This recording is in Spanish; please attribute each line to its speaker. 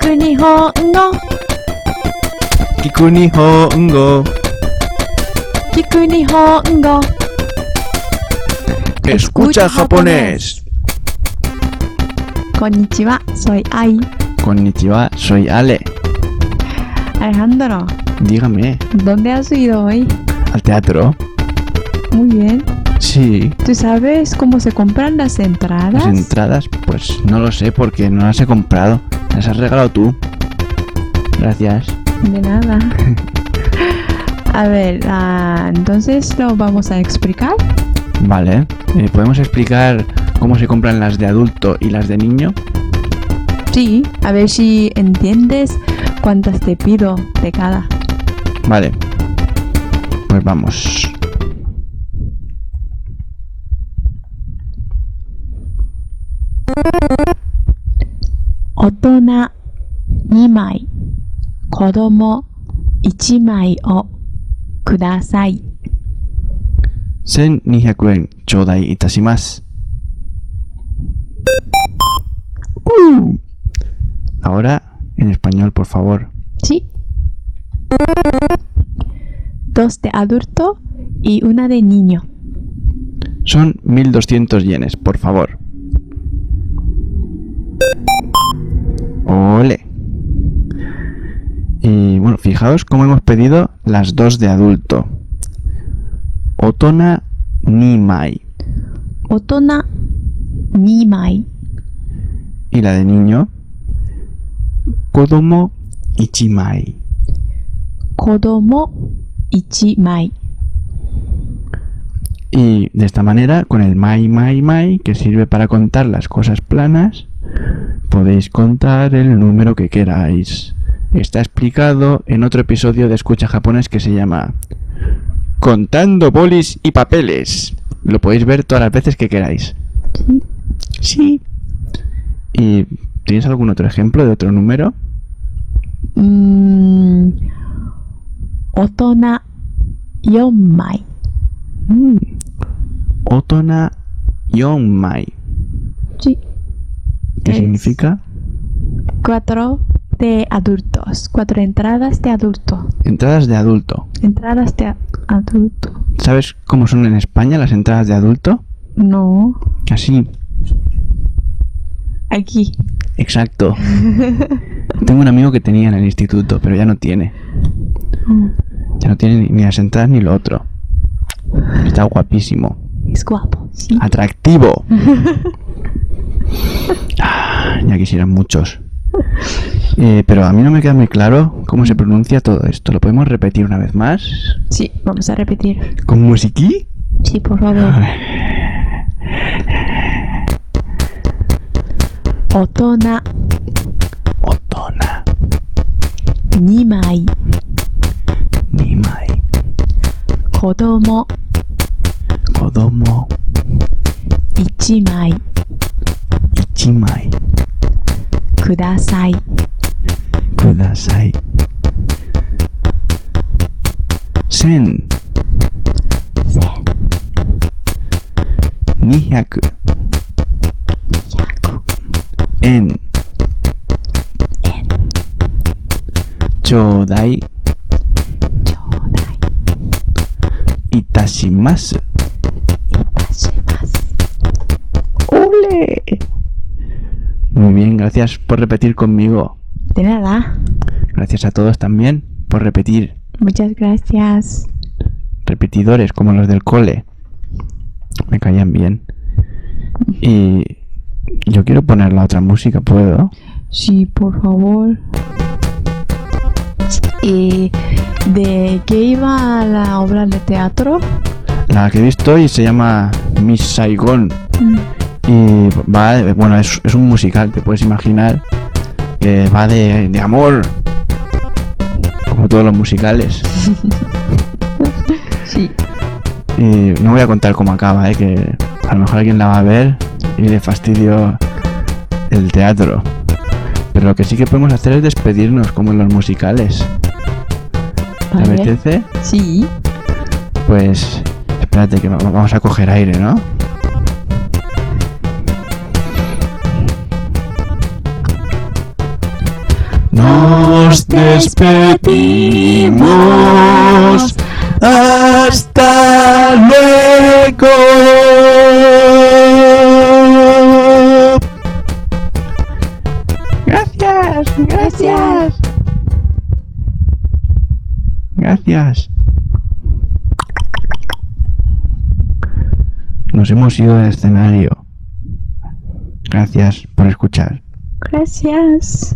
Speaker 1: く日本語
Speaker 2: 聞く日本語
Speaker 1: 聞く日本語 Escucha
Speaker 2: Escucha japonés.
Speaker 1: こんにちは、soy Ai
Speaker 2: Konnichiwa, soy Ale.
Speaker 1: Alejandro,
Speaker 2: Dígame,
Speaker 1: ¿dónde has ido hoy?
Speaker 2: ¿al teatro?
Speaker 1: Muy bien.
Speaker 2: Sí.
Speaker 1: ¿Tú sabes cómo se compran las entradas?
Speaker 2: Las entradas, pues no lo sé porque no las he comprado. Las has regalado tú. Gracias.
Speaker 1: De nada. A ver, ah, entonces lo vamos a explicar.
Speaker 2: Vale. Eh, ¿Podemos explicar cómo se compran las de adulto y las de niño?
Speaker 1: Sí, a ver si entiendes cuántas te pido de cada.
Speaker 2: Vale. Pues vamos.
Speaker 1: 大人2枚、子供1枚をください。
Speaker 2: 1200円、頂戴いたします。Ahora, en español, por favor.
Speaker 1: Sí. Dos de adulto y una de niño.
Speaker 2: Son 1200 yenes, por favor. Ole. Y bueno, fijaos cómo hemos pedido las dos de adulto. Otona Nimai.
Speaker 1: 大人2枚、
Speaker 2: Y la de niño. Kodomo Ichimai.
Speaker 1: 子供1枚。
Speaker 2: Y de esta manera, con el mai mai mai, que sirve para contar las cosas planas, podéis contar el número que queráis. Está explicado en otro episodio de Escucha Japonés que se llama Contando bolis y papeles. Lo podéis ver todas las veces que queráis.
Speaker 1: Sí.
Speaker 2: Sí. ¿Y tienes algún otro ejemplo de otro número?
Speaker 1: うーん、大人4枚、Mm,
Speaker 2: Otona yon mai.
Speaker 1: Sí.
Speaker 2: ¿Qué
Speaker 1: Es-
Speaker 2: significa?
Speaker 1: 4 de adultos, 4 entradas de adulto.
Speaker 2: Entradas de adulto.
Speaker 1: Entradas de a- adulto.
Speaker 2: ¿Sabes cómo son en España las entradas de adulto?
Speaker 1: No,
Speaker 2: Así,
Speaker 1: aquí.
Speaker 2: exacto. Tengo un amigo que tenía en el instituto, pero ya no tiene. Mm. Ya no tiene ni- ni las entradas ni lo otro. Está guapísimo.
Speaker 1: Es guapo, sí.
Speaker 2: Atractivo. Ah, ya quisieran muchos. Eh, pero a mí no me queda muy claro cómo se pronuncia todo esto. ¿Lo podemos repetir una vez más?
Speaker 1: Sí, vamos a repetir.
Speaker 2: ¿Con musiquí?
Speaker 1: Sí, por favor. 大人
Speaker 2: Otona.
Speaker 1: 2枚、
Speaker 2: Nimai.
Speaker 1: 子供
Speaker 2: Kodomo.
Speaker 1: 1枚
Speaker 2: Ichimai.
Speaker 1: ください。
Speaker 2: Kudasai. Sen. Nihaku. En. Chodai.
Speaker 1: 出
Speaker 2: Itashimasu.
Speaker 1: します。
Speaker 2: ¡Ole! Muy bien, gracias por repetir conmigo.
Speaker 1: De nada.
Speaker 2: Gracias a todos también por repetir.
Speaker 1: Muchas gracias.
Speaker 2: repetidores como los del cole me caían bien y yo quiero poner la otra música puedo
Speaker 1: Sí, por favor. ¿Y de qué iba la obra de teatro?
Speaker 2: la que he visto hoy se llama Miss Saigon y va de- bueno es, es un musical te puedes imaginar que va de, de amor como todos los musicales
Speaker 1: Sí.
Speaker 2: y no voy a contar cómo acaba ¿eh? que a lo mejor alguien la va a ver y le fastidio el teatro pero lo que sí que podemos hacer es despedirnos como en los musicales ¿Te
Speaker 1: Vale.
Speaker 2: apetece?
Speaker 1: Sí.
Speaker 2: Pues espérate que va- vamos a coger aire, ¿no? Nos despedimos. Hasta luego. Gracias, gracias. Gracias. Nos hemos ido del escenario. Gracias por escuchar.
Speaker 1: Gracias.